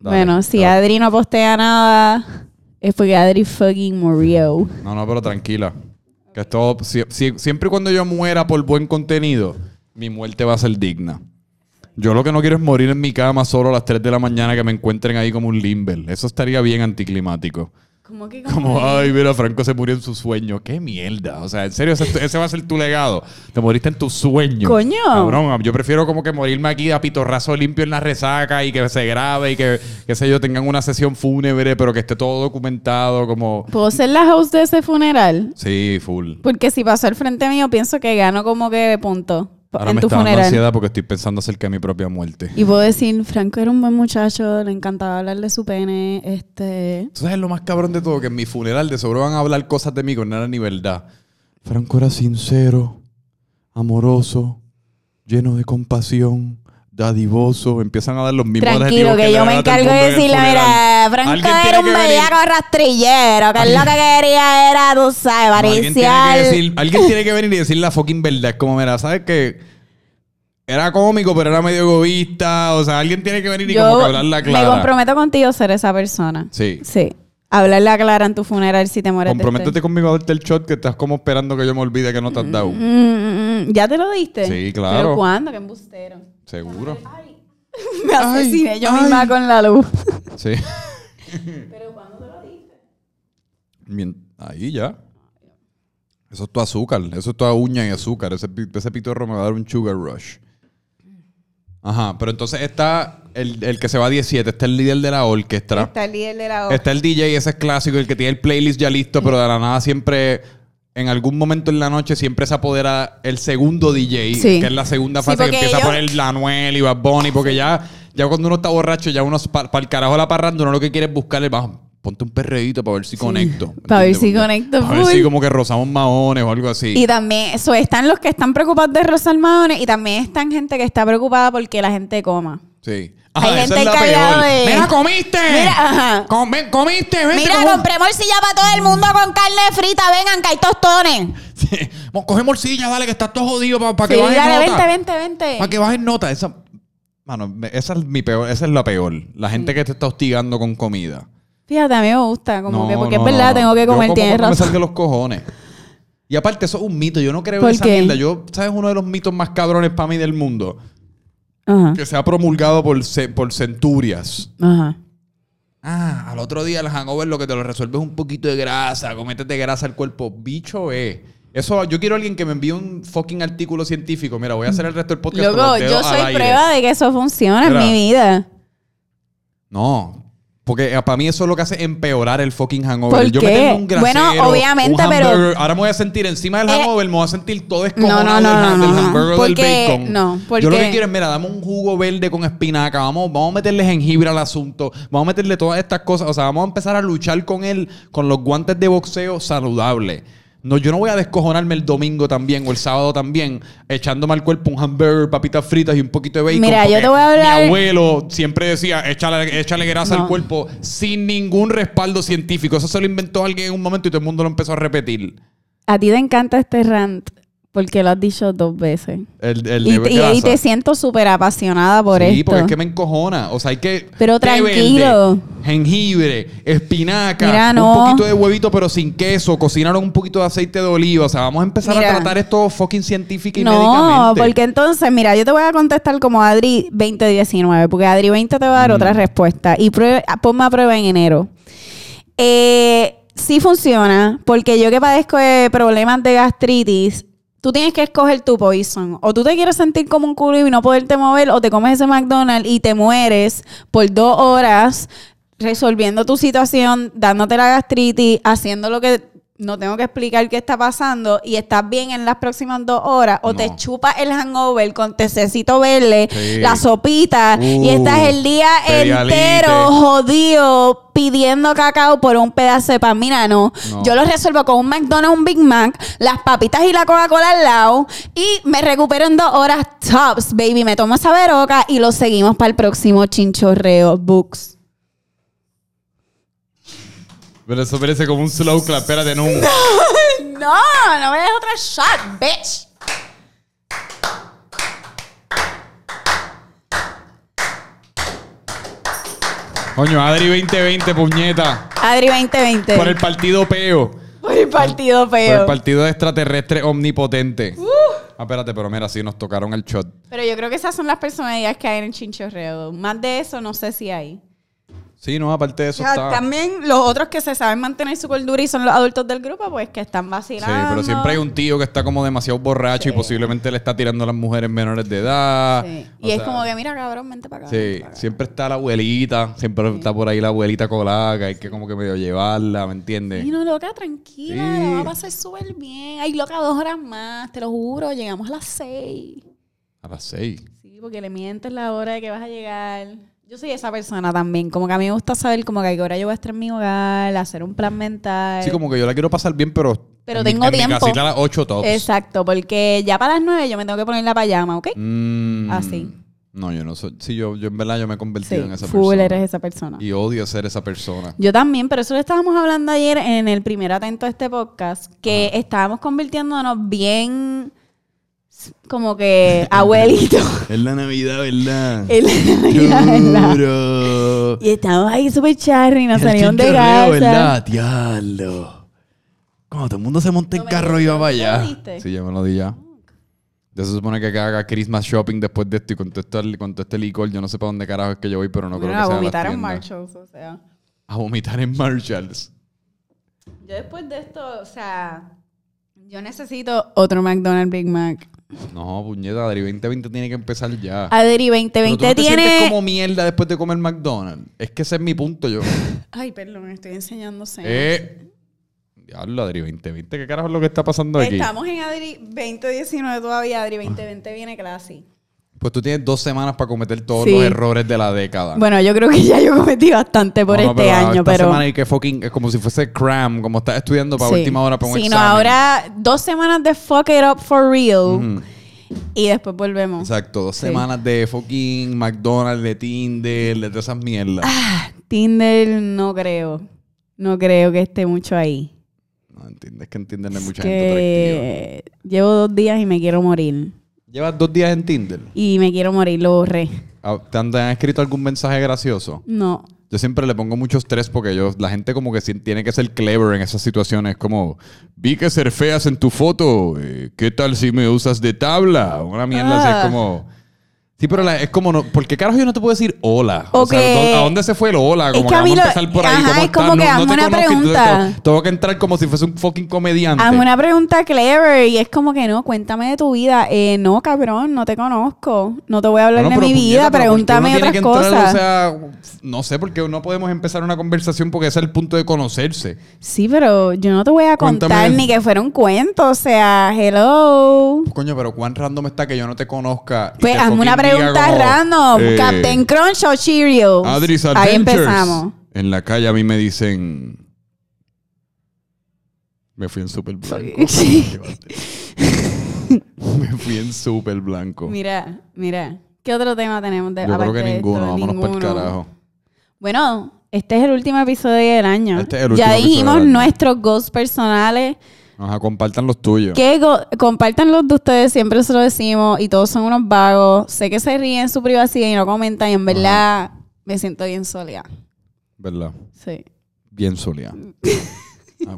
Dale, bueno, si dale. Adri no postea nada, es porque Adri fucking murió. No, no, pero tranquila. Que esto, si- si- siempre y cuando yo muera por buen contenido, mi muerte va a ser digna. Yo lo que no quiero es morir en mi cama solo a las 3 de la mañana que me encuentren ahí como un limber. Eso estaría bien anticlimático. ¿Cómo que Como, ay, mira, Franco se murió en su sueño. ¡Qué mierda! O sea, en serio, ese, ese va a ser tu legado. Te moriste en tu sueño. Coño. Cabrón, yo prefiero como que morirme aquí a pitorrazo limpio en la resaca y que se grabe y que, qué sé yo, tengan una sesión fúnebre, pero que esté todo documentado como... ¿Puedo ser la host de ese funeral? Sí, full. Porque si pasó al frente mío, pienso que gano como que punto pa- Ahora en me tu está dando funeral. ansiedad porque estoy pensando acerca de mi propia muerte. Y puedo decir, Franco era un buen muchacho, le encantaba hablar de su pene, este... Entonces es lo más cabrón de todo, que en mi funeral de seguro van a hablar cosas de mí que no eran ni verdad. Franco era sincero, amoroso, lleno de compasión, dadivoso. Empiezan a dar los mismos Tranquilo, adjetivos que le yo dan me a todo el encargo de mundo en el decirle, mira, funeral. Franco Alguien tiene era un que venir- bellaco rastrillero, que es lo que quería era, tú sabes, No, alguien tiene que avariciar. decir- Alguien tiene que venir y decir la fucking verdad. Es Como, mira, ¿sabes que Era cómico, pero era medio egoísta. O sea, alguien tiene que venir y como que Yo hablarla me clara. comprometo contigo a ser esa persona. Sí. Sí. Hablarle a Clara en tu funeral si te mueres. de Comprométete conmigo a darte el shot que estás como esperando que yo me olvide que no te has dado. este. Mm, mm, mm. ¿Ya te lo diste? Sí, claro. ¿Pero cuándo? ¡Qué embustero! Seguro. Me Ay, asesiné yo ay. misma con la luz. Sí. ¿Pero cuándo te lo diste? Ahí ya. Eso es tu azúcar. Eso es tu uña y azúcar. Ese, pi- ese pitorro me va a dar un sugar rush. Ajá. Pero entonces está el, el que se va a 17. Está el líder de la orquesta. Está el líder de la hoja. Está el DJ, ese es clásico, el que tiene el playlist ya listo, pero de la nada siempre, en algún momento en la noche, siempre se apodera el segundo DJ, Sí. que es la segunda Sí, fase que porque empieza ellos- a poner la Anuel y Bad Bunny, porque ya, ya cuando uno está borracho, ya uno para el carajo la parranda, uno lo que quiere es buscarle, vamos, ponte un perreíto para ver si conecto. Para ver ¿entiendes? si Porque- conecto, Para ver full. si como que rozamos maones o algo así. Y también, eso, están los que están preocupados de Rosa Almadones y también están gente que está preocupada porque la gente coma. Sí. Hay esa gente es la encargada peor. de- Mira, comiste. Milla, ajá. Com- ven, comiste, vente, Mira, cogemos- compré morcilla para todo el mundo con carne frita. Vengan, que hay tostones. Sí. Mo- Coge morcilla, dale, que estás todo jodido para que Sí, bajes dale, nota. vente, vente, vente. Para que bajes nota. Esa, mano, me- esa es mi peor, esa es la peor. La gente que te está hostigando con comida. Fíjate, a mí me gusta, como No, que, porque no, es verdad, no. tengo que Yo comer, como tienes cuando me razón. salga los cojones. Y aparte, eso es un mito. Yo no creo ¿Por en esa qué? mierda. Yo, ¿sabes? Uno de los mitos más cabrones para mí del mundo. Ajá, Que se ha promulgado por, ce- por centurias. ajá. Ah, al otro día el hangover lo que te lo resuelve es un poquito de grasa, cométete grasa al cuerpo. Bicho, eh. Eso, yo quiero a alguien que me envíe un fucking artículo científico. Mira, voy a hacer el resto del podcast. con Loco, los dedos yo al soy aire. prueba de que eso funciona Mira. en mi vida. No. Porque eh, para mí eso es lo que hace empeorar el fucking hangover. ¿Por yo qué? meterme un grasero, Bueno, obviamente, un pero- hamburger. Ahora me voy a sentir encima del Eh, hangover, me voy a sentir todo No, escojonado no, no, del, no, ham- del no, no. hamburger Porque- del bacon. Yo no, lo que porque- quiero es, mira, dame un jugo verde con espinaca, vamos, vamos a meterle jengibre al asunto, vamos a meterle todas estas cosas, o sea, vamos a empezar a luchar con él con los guantes de boxeo saludable. No, yo no voy a descojonarme el domingo también o el sábado también echándome al cuerpo un hamburger, papitas fritas y un poquito de bacon. Mira, yo porque te voy a hablar- Mi abuelo siempre decía, échale, échale grasa al No. cuerpo cuerpo sin ningún respaldo científico. Eso se lo inventó alguien en un momento y todo el mundo lo empezó a repetir. A ti te encanta este rant porque lo has dicho dos veces. El, Y, y- y te siento súper apasionada por sí, esto. porque es que me encojona. O sea, hay que. Pero té verde, tranquilo. jengibre, espinaca, Mira, no. un poquito de huevito, pero sin queso. Cocinaron un poquito de aceite de oliva. O sea, vamos a empezar a Mira. tratar esto fucking científica y No, médicamente. porque entonces, mira, yo te voy a contestar como Adri 2019, porque Adri 20 te va a dar otra respuesta. Y prue- ponme a prueba en enero. Eh, sí funciona, porque yo que padezco de problemas de gastritis, tú tienes que escoger tu poison. O tú te quieres sentir como un culo y no poderte mover, o te comes ese McDonald's y te mueres por dos horas resolviendo tu situación, dándote la gastritis, haciendo lo que no tengo que explicar qué está pasando y estás bien en las próximas dos horas o No. te chupas el hangover con te necesito verle Sí. la sopita y Uh, estás el día pedialite. entero jodido pidiendo cacao por un pedazo de pan. Mira, no. No. Yo lo resuelvo con un McDonald's, un Big Mac, las papitas y la Coca-Cola al lado y me recupero en dos horas tops, baby. Me tomo esa veroca y lo seguimos para el próximo chinchorreo books. Pero eso parece como un slow clap. Espérate, no. un- No, no me des otra shot, bitch. Coño, Adri 2020, puñeta. Adri 2020. Por el partido peo. Por el partido Por el feo. partido extraterrestre omnipotente. Uh. Ah, espérate, pero mira, sí nos tocaron el shot. Pero yo creo que esas son las personalidades que hay en el chinchorreo. Más de eso no sé si hay. Sí, no, aparte de eso estaba. También los otros que se saben mantener su cordura y son los adultos del grupo, pues que están Sí, vacilando. pero siempre hay un tío que está como demasiado borracho y posiblemente le está tirando a las mujeres menores de edad. Sí. O Y es sea, como que, mira, cabrón, vente para acá. vente Sí, pa' acá. siempre está la abuelita, siempre está por ahí la abuelita colada, que hay que como que medio llevarla, ¿me entiendes? Y no, loca, tranquila, Sí. la va a pasar súper bien. Ay, loca, dos horas más, te lo juro, llegamos a las seis. A las seis. Sí, porque le mientes la hora de que vas a llegar. Yo soy esa persona también, como que a mí me gusta saber como que a qué hora yo voy a estar en mi hogar, hacer un plan mental. Sí, como que yo la quiero pasar bien, pero. Pero en mi- tengo en mi tiempo. casita a las ocho tops. Exacto, porque ya para las nueve yo me tengo que poner la pijama, ¿ok? Mm, Así. No, yo no soy. Sí, yo, yo en verdad yo me he Sí, convertido en esa full persona. eres esa persona. Y odio ser esa persona. Yo también, pero eso lo estábamos hablando ayer en el primer atento a este podcast, que estábamos convirtiéndonos bien como que abuelito. Es la Navidad, ¿verdad? en la Navidad, ¿verdad? Duro. y estábamos ahí súper charri, nos salieron de chinchorreo, casa. ¿verdad? Diablo. Cuando todo el mundo se monta en No me carro digas, y va para ¿lo allá. diste? Sí, ya me lo di ya. Ya se supone que haga Christmas shopping después de esto y contesta el, contesta el licor. Yo no sé para dónde carajo es que yo voy, pero no Bueno, creo que a sea a las vomitar en tiendas. Marshalls, o sea. A vomitar en Marshalls. Yo después de esto, o sea, yo necesito otro McDonald's Big Mac. No, puñeta, Adri 2020 tiene que empezar ya. Adri, 2020 Pero tú no te sientes tiene... como mierda después de comer McDonald's. Es que ese es mi punto yo. Ay, perdón, estoy enseñando señas. eh. Diablo, Adri 2020, ¿qué carajo es lo que está pasando aquí? Estamos en Adri 2019 todavía, Adri 2020 viene classy. Pues tú tienes dos semanas para cometer todos Sí. los errores de la década. Bueno, yo creo que ya yo cometí bastante por No, no, este pero año, esta pero... semana hay que fucking, es como si fuese cram, como estás estudiando para Sí. última hora para un Sí, no, examen. ahora dos semanas de fuck it up for real Ujú. y después volvemos. Exacto, dos Sí. semanas de fucking McDonald's, de Tinder, de todas esas mierdas. Ah. Tinder no creo, no creo que esté mucho ahí. No entiendes, es que en Tinder no hay mucha gente atractiva. que llevo dos días y me quiero morir. Llevas dos días en Tinder. Y me quiero morir, lo borré. Ah, ¿Te han, te han escrito algún mensaje gracioso? No. Yo siempre le pongo mucho estrés porque yo, la gente como que sí tiene que ser clever en esas situaciones. Como, vi que ser feas en tu foto. eh, ¿Qué tal si me usas de tabla? Una mierda así Ah. es como... Sí, pero la- es como, no, ¿por qué carajo yo no te puedo decir hola? O O sea, que- ¿dó- ¿a dónde se fue el hola? Como que a mí vamos a lo- empezar por ahí. ajá, ¿Cómo es como estás? que no, no hazme te una conozco. entonces pregunta. Tengo, tengo que entrar como si fuese un fucking comediante. Hazme una pregunta clever y es como que no, cuéntame de tu vida. Eh, no, cabrón, no te conozco. No te voy a hablar Bueno, de pero mi puñeta, vida, pero ¿por qué pregúntame uno tiene otras que cosas. entrar? o sea, no sé, porque no podemos empezar una conversación porque ese es el punto de conocerse. Sí, pero yo no te voy a contar Cuéntame. ni que fuera un cuento, o sea, hello. Coño, pero cuán random está que yo no te conozca. y Pues te hazme una fucking diga pregunta como, random. eh, Captain Crunch o Cheerios. Adri's Ahí Adventures. empezamos. En la calle a mí me dicen. Me fui en súper blanco. Sí. me fui en súper blanco. Mira, mira. ¿Qué otro tema tenemos? De, Yo creo aparte que de ninguno, esto? vámonos para el Ninguno. carajo. Bueno, este es el último episodio del año. Este es el último ya episodio dijimos del año. nuestros goals personales. Ajá, compartan los tuyos. Que go- compartan los de ustedes, siempre se lo decimos. Y todos son unos vagos. Sé que se ríen en su privacidad y no comentan. Y en verdad me siento bien soleada. ¿Verdad? Sí. Bien soleado.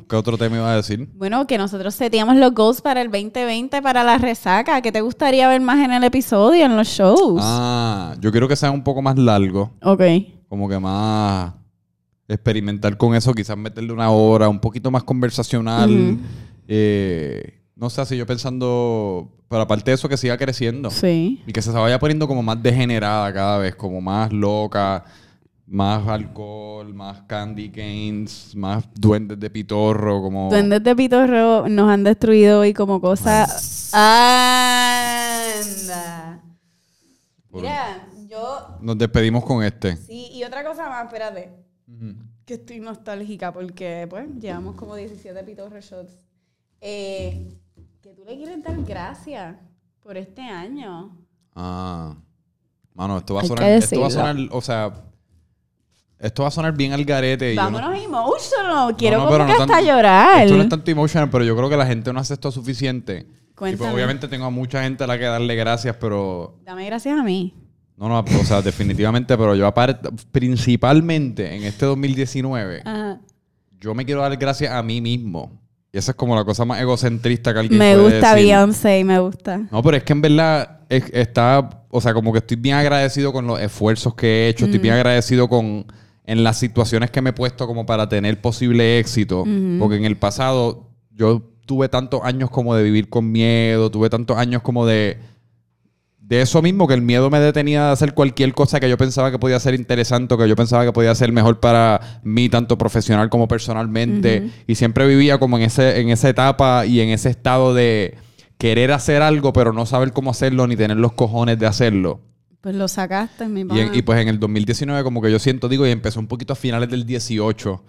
¿Qué otro tema iba a decir? Bueno, que nosotros seteamos los goals para el 2020 para la resaca. ¿Qué te gustaría ver más en el episodio, en los shows? Ah, yo quiero que sea un poco más largo. Ok. como que más experimentar con eso, quizás meterle una hora, un poquito más conversacional. Eh, no sé, si yo pensando, pero aparte de eso, que siga creciendo Sí. y que se vaya poniendo como más degenerada cada vez, como más loca. Más alcohol, más candy canes, más duendes de pitorro, como... Duendes de Pitorro nos han destruido hoy como cosa. Anda. Por- Mira, yo. Nos despedimos con este. Sí, y otra cosa más, espérate. Que estoy nostálgica porque, pues, llevamos como 17 Pitorro shots. Eh, que tú le quieres dar gracias por este año. Ah. Mano, esto va a Hay que sonar... Esto va a sonar, decirlo. o sea... Esto va a sonar bien al garete. y yo no- Vámonos emotional. Quiero No, no, como pero que no hasta tan- llorar. Esto no es tanto emotional, pero yo creo que la gente no hace esto suficiente. Y, pues, Cuéntame. obviamente tengo a mucha gente a la que darle gracias, pero... Dame gracias a mí. No, no, o sea, definitivamente, pero yo aparte, principalmente en este 2019, Ajá. yo me quiero dar gracias a mí mismo. Y esa es como la cosa más egocentrista que alguien Me puede gusta decir. Beyoncé, me gusta. No, pero es que en verdad es- está, o sea, como que estoy bien agradecido con los esfuerzos que he hecho, estoy bien agradecido con en las situaciones que me he puesto como para tener posible éxito, porque en el pasado yo tuve tantos años como de vivir con miedo, tuve tantos años como de de eso mismo que el miedo me detenía de hacer cualquier cosa que yo pensaba que podía ser interesante, o que yo pensaba que podía ser mejor para mí tanto profesional como personalmente y siempre vivía como en ese en esa etapa y en ese estado de querer hacer algo pero no saber cómo hacerlo ni tener los cojones de hacerlo. Pues lo sacaste, mi Y, papá. en- y pues en el 2019 como que yo siento, digo, y empezó un poquito a finales del 18,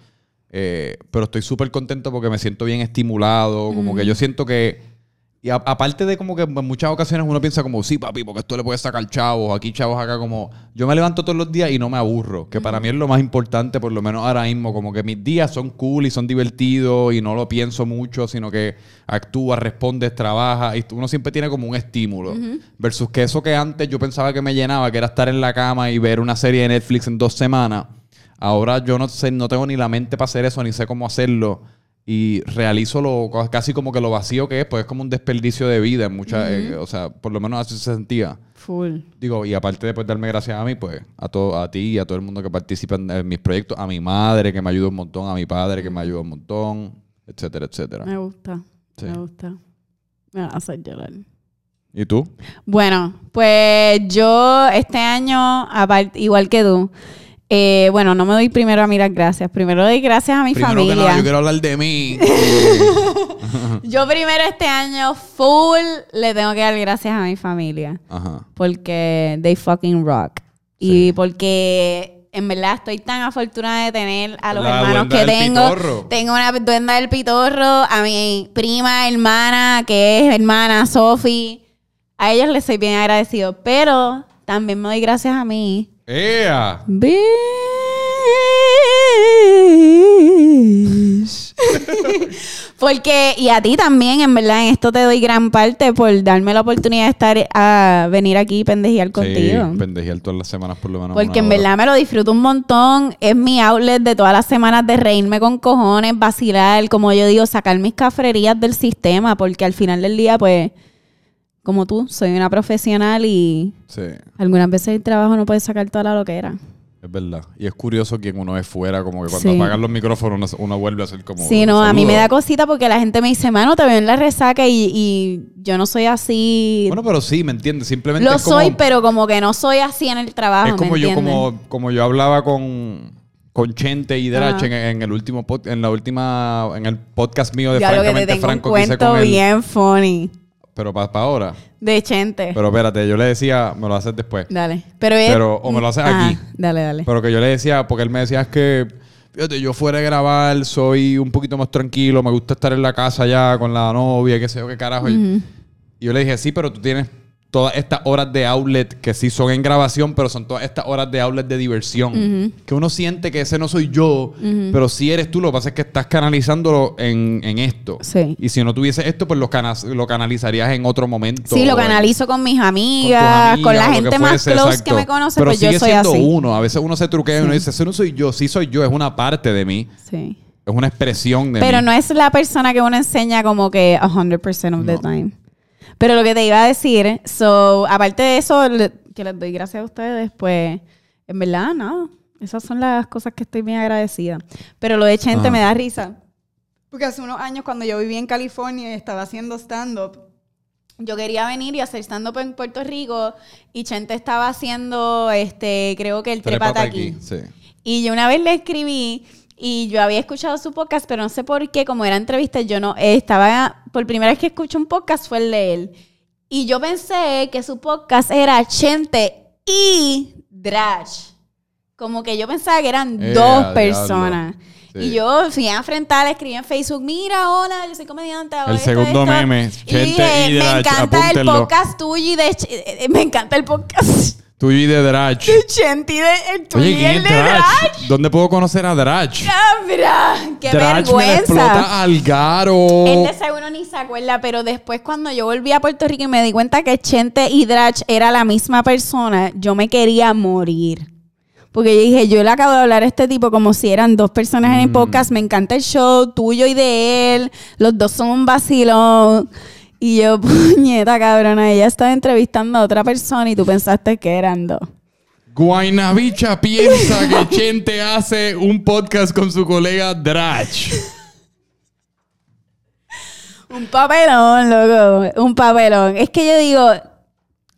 eh, pero estoy súper contento porque me siento bien estimulado, como que yo siento que... Y a- aparte de como que en muchas ocasiones uno piensa como, sí, papi, porque esto le puede sacar chavos, aquí chavos, acá como... Yo me levanto todos los días y no me aburro, que para mí es lo más importante, por lo menos ahora mismo, como que mis días son cool y son divertidos y no lo pienso mucho, sino que actúas, respondes, trabajas, y uno siempre tiene como un estímulo. Versus que eso que antes yo pensaba que me llenaba, que era estar en la cama y ver una serie de Netflix en dos semanas, ahora yo no sé, no tengo ni la mente para hacer eso, ni sé cómo hacerlo. Y realizo lo, casi como que lo vacío que es, pues es como un desperdicio de vida en muchas, eh, o sea, por lo menos así se sentía. Full. Digo, y aparte de pues, darme gracias a mí, pues a, todo, a ti y a todo el mundo que participa en, en mis proyectos, a mi madre que me ayuda un montón, a mi padre que me ayuda un montón, etcétera, etcétera. Me gusta. Ah. Sí. Me gusta. Me va a hacer llorar. ¿Y tú? Bueno, pues yo este año, apart- igual que tú, eh, bueno, no me doy primero a mí las gracias. Primero doy gracias a mi Primero familia. que nada, yo quiero hablar de mí. Yo primero este año, full, le tengo que dar gracias a mi familia. Ajá. Porque they fucking rock. Y porque en verdad estoy tan afortunada de tener a los La hermanos duenda que del tengo. pitorro. Tengo una duenda del pitorro, a mi prima, hermana, que es hermana, Sophie. A ellos les soy bien agradecido. Pero también me doy gracias a mí. ¡Ea! Bitch. Porque, y a ti también, en verdad, en esto te doy gran parte por darme la oportunidad de estar eh, a venir aquí y pendejear contigo. Sí, pendejear todas las semanas por lo menos. Porque una en hora. verdad me lo disfruto un montón. Es mi outlet de todas las semanas de reírme con cojones, vacilar, como yo digo, sacar mis cafrerías del sistema. Porque al final del día, pues, como tú, soy una profesional y Sí, algunas veces el trabajo no puede sacar toda la loquera. es verdad. Y es curioso quién uno es fuera, como que cuando Sí. apagan los micrófonos uno, uno vuelve a ser como. Sí, no, a mí me "Saludos". da cosita porque la gente me dice, mano, te veo en la resaca y, y yo no soy así. Bueno, pero sí, ¿me entiendes? Simplemente. Lo es como- soy, pero como que no soy así en el trabajo. Es como ¿me yo, entiendes? como, como yo hablaba con, con Chente y Drache Ajá. en, en el último pod- en la última, en el podcast mío de Ya lo que te Francamente tengo Franco un que hice cuento con él. bien funny Pero para ahora. de gente. Pero espérate, yo le decía, me lo haces después. dale. Pero, es- Pero- o me lo haces Ajá, aquí. Dale, dale. Pero que yo le decía, porque él me decía es que, fíjate, yo fuera a grabar, soy un poquito más tranquilo, me gusta estar en la casa ya con la novia, qué sé yo, qué carajo. Y- Y yo le dije, sí, pero tú tienes todas estas horas de outlet que sí son en grabación, pero son todas estas horas de outlet de diversión. Que uno siente que ese no soy yo, pero sí eres tú. Lo que pasa es que estás canalizándolo en, en esto. Sí. Y si no tuviese esto, pues lo, cana- lo canalizarías en otro momento. sí, lo o en- canalizo con mis eh, con tus amigas, con, amigas, la lo gente que más fuese, close que exacto. me conoce, Pero pues yo sigue soy siendo así. uno. A veces uno se truquea y uno dice, eso no soy yo, sí soy yo, es una parte de mí, Sí. es una expresión de Pero mí. no es la persona que uno enseña como que 100% of the No. time. Pero lo que te iba a decir, so, aparte de eso, le- que les doy gracias a ustedes, pues, en verdad, no. Esas son las cosas que estoy bien agradecida. Pero lo de Chente Ajá. me da risa. Porque hace unos años, cuando yo vivía en California y estaba haciendo stand-up, yo quería venir y hacer stand-up en Puerto Rico y Chente estaba haciendo, este, creo que el Trépate trepata aquí. Sí. Y yo una vez le escribí y yo había escuchado su podcast, pero no sé por qué, como era entrevista, yo no eh, estaba. Por primera vez que escuché un podcast fue el de él. Y yo pensé que su podcast era Chente y Drash. Como que yo pensaba que eran Eh, dos a diablo. personas. Sí. Y yo fui a enfrentar, le escribí en Facebook, mira, hola, yo soy comediante. hago El esto, segundo esto". meme, Y Chente dije, y me Drash, encanta el apúntenlo". podcast tuyo y de... Ch- eh, eh, Me encanta el podcast Tuyo y de Drach. de Chente y de... El tuyo Oye, y ¿quién el es de Drach? Drash. ¿Dónde puedo conocer a Drach? ¡Cabra! ¡Qué Drach me la vergüenza! explota Oh. al garo. Él de seguro ni se acuerda, pero después cuando yo volví a Puerto Rico y me di cuenta que Chente y Drach era la misma persona, yo me quería morir. Porque yo dije, yo le acabo de hablar a este tipo como si eran dos personas en Mm. el podcast, me encanta el show tuyo y de él, los dos son un vacilón. Y yo, puñeta cabrona, ella estaba entrevistando a otra persona y tú pensaste que eran dos. Guaynabicha piensa que Chente hace un podcast con su colega Drach. Un papelón, loco, un papelón. Es que yo digo,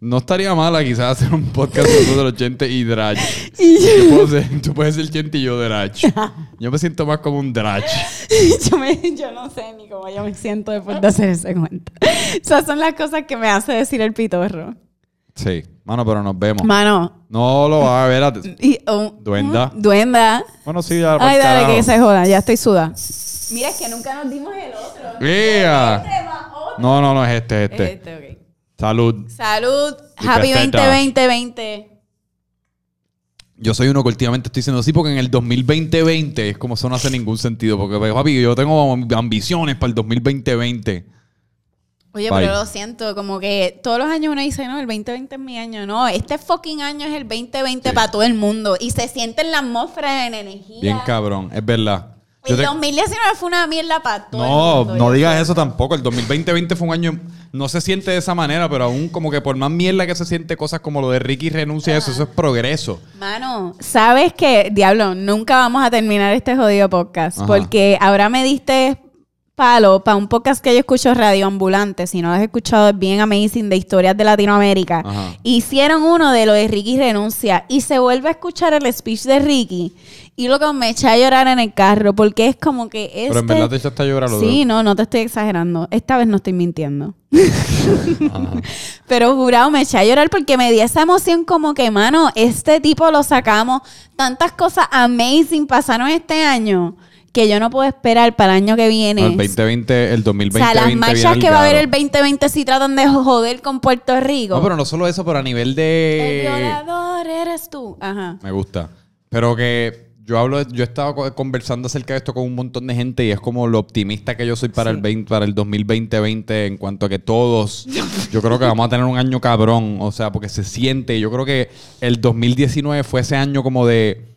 No estaría mala quizás hacer un podcast con nosotros, Chente y Drach. Y Yo puedo ser- tú puedes ser Chente y yo Drach. Yo me siento más como un Drach. yo, me- yo no sé ni cómo yo me siento después de hacer ese cuento. Esas son las cosas que me hace decir el pitorro. Sí. Mano, pero nos vemos. Mano. No lo va a ver. a- Y, un- Duenda. un- duenda. Bueno, sí, ya. Mm. Ay, pa'l dale, carajo. que se joda. Ya estoy suda. Mira, es que nunca nos dimos el otro. ¡Ea! No, no, no, es este, este. Este, ok. Salud. Salud. Y Happy perfecta. 2020, 20. Yo soy uno que últimamente estoy diciendo sí, porque en el 2020 es como eso no hace ningún sentido. Porque, pues, papi, yo tengo ambiciones para el 2020. Oye, Bye. pero lo siento, como que todos los años uno dice, no, el 2020 es mi año. No, este fucking año es el 2020 Sí. para todo el mundo. Y se siente en la atmósfera, en energía. Bien cabrón, es verdad. Yo el te- 2019 fue una mierda para todo el No, mundo. no yo digas sé. eso tampoco. El 2020 fue un año. No se siente de esa manera, pero aún como que por más mierda que se siente cosas como lo de Ricky renuncia a eso, eso es progreso. Mano, ¿sabes qué? Diablo, nunca vamos a terminar este jodido podcast. Ajá. Porque ahora me diste palo para un podcast que yo escucho Radio Ambulante. Si no lo has escuchado, es bien amazing de historias de Latinoamérica. Ajá. Hicieron uno de lo de Ricky renuncia y se vuelve a escuchar el speech de Ricky. Y lo que me eché a llorar en el carro porque es como que este... Pero en verdad te echaste a llorar lo Sí, no, no te estoy exagerando. Esta vez no estoy mintiendo. Pero jurado, me eché a llorar porque me di esa emoción como que, mano, este tipo lo sacamos. Tantas cosas amazing pasaron este año que yo no puedo esperar para el año que viene. el 2020, el 2020. o sea, las viene marchas al que va a haber garo. el 2020 si tratan de joder con Puerto Rico. No, pero eh, no solo eso, pero a nivel El de. violador eres tú. Ajá. Me gusta. Pero que yo hablo, de- yo he estado co- conversando acerca de esto con un montón de gente y es como lo optimista que yo soy para el 20, para el 2020 en cuanto a que todos, yo creo que vamos a tener un año cabrón, o sea, porque se siente, yo creo que el 2019 fue ese año como de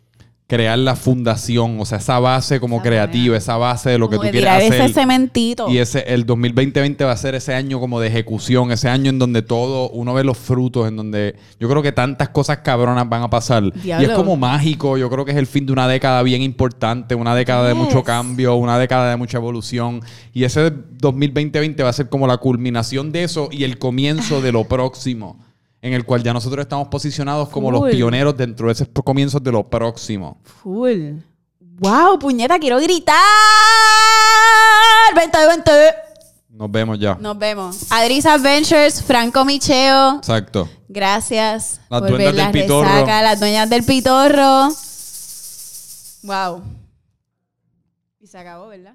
crear la fundación, o sea, esa base como Esa creativa, manera. esa base de lo que Como tú de quieres tirar hacer. ese cementito. Y ese, el 2020 va a ser ese año como de ejecución, ese año en donde todo, uno ve los frutos, en donde yo creo que tantas cosas cabronas van a pasar. Y es Diablo. como mágico, yo creo que es el fin de una década bien importante, una década de mucho Yes. cambio, una década de mucha evolución. Y ese 2020 va a ser como la culminación de eso y el comienzo de lo próximo, en el cual ya nosotros estamos posicionados como los Full. pioneros dentro de esos comienzos de lo próximo. Full. Wow, puñeta, quiero gritar. 20, 20. Nos vemos ya. Nos vemos. Adris Adventures, Franco Micheo. Exacto. Gracias Las por duendas ver del las pitorro. resacas, las dueñas del pitorro. Wow. Y se acabó, ¿verdad?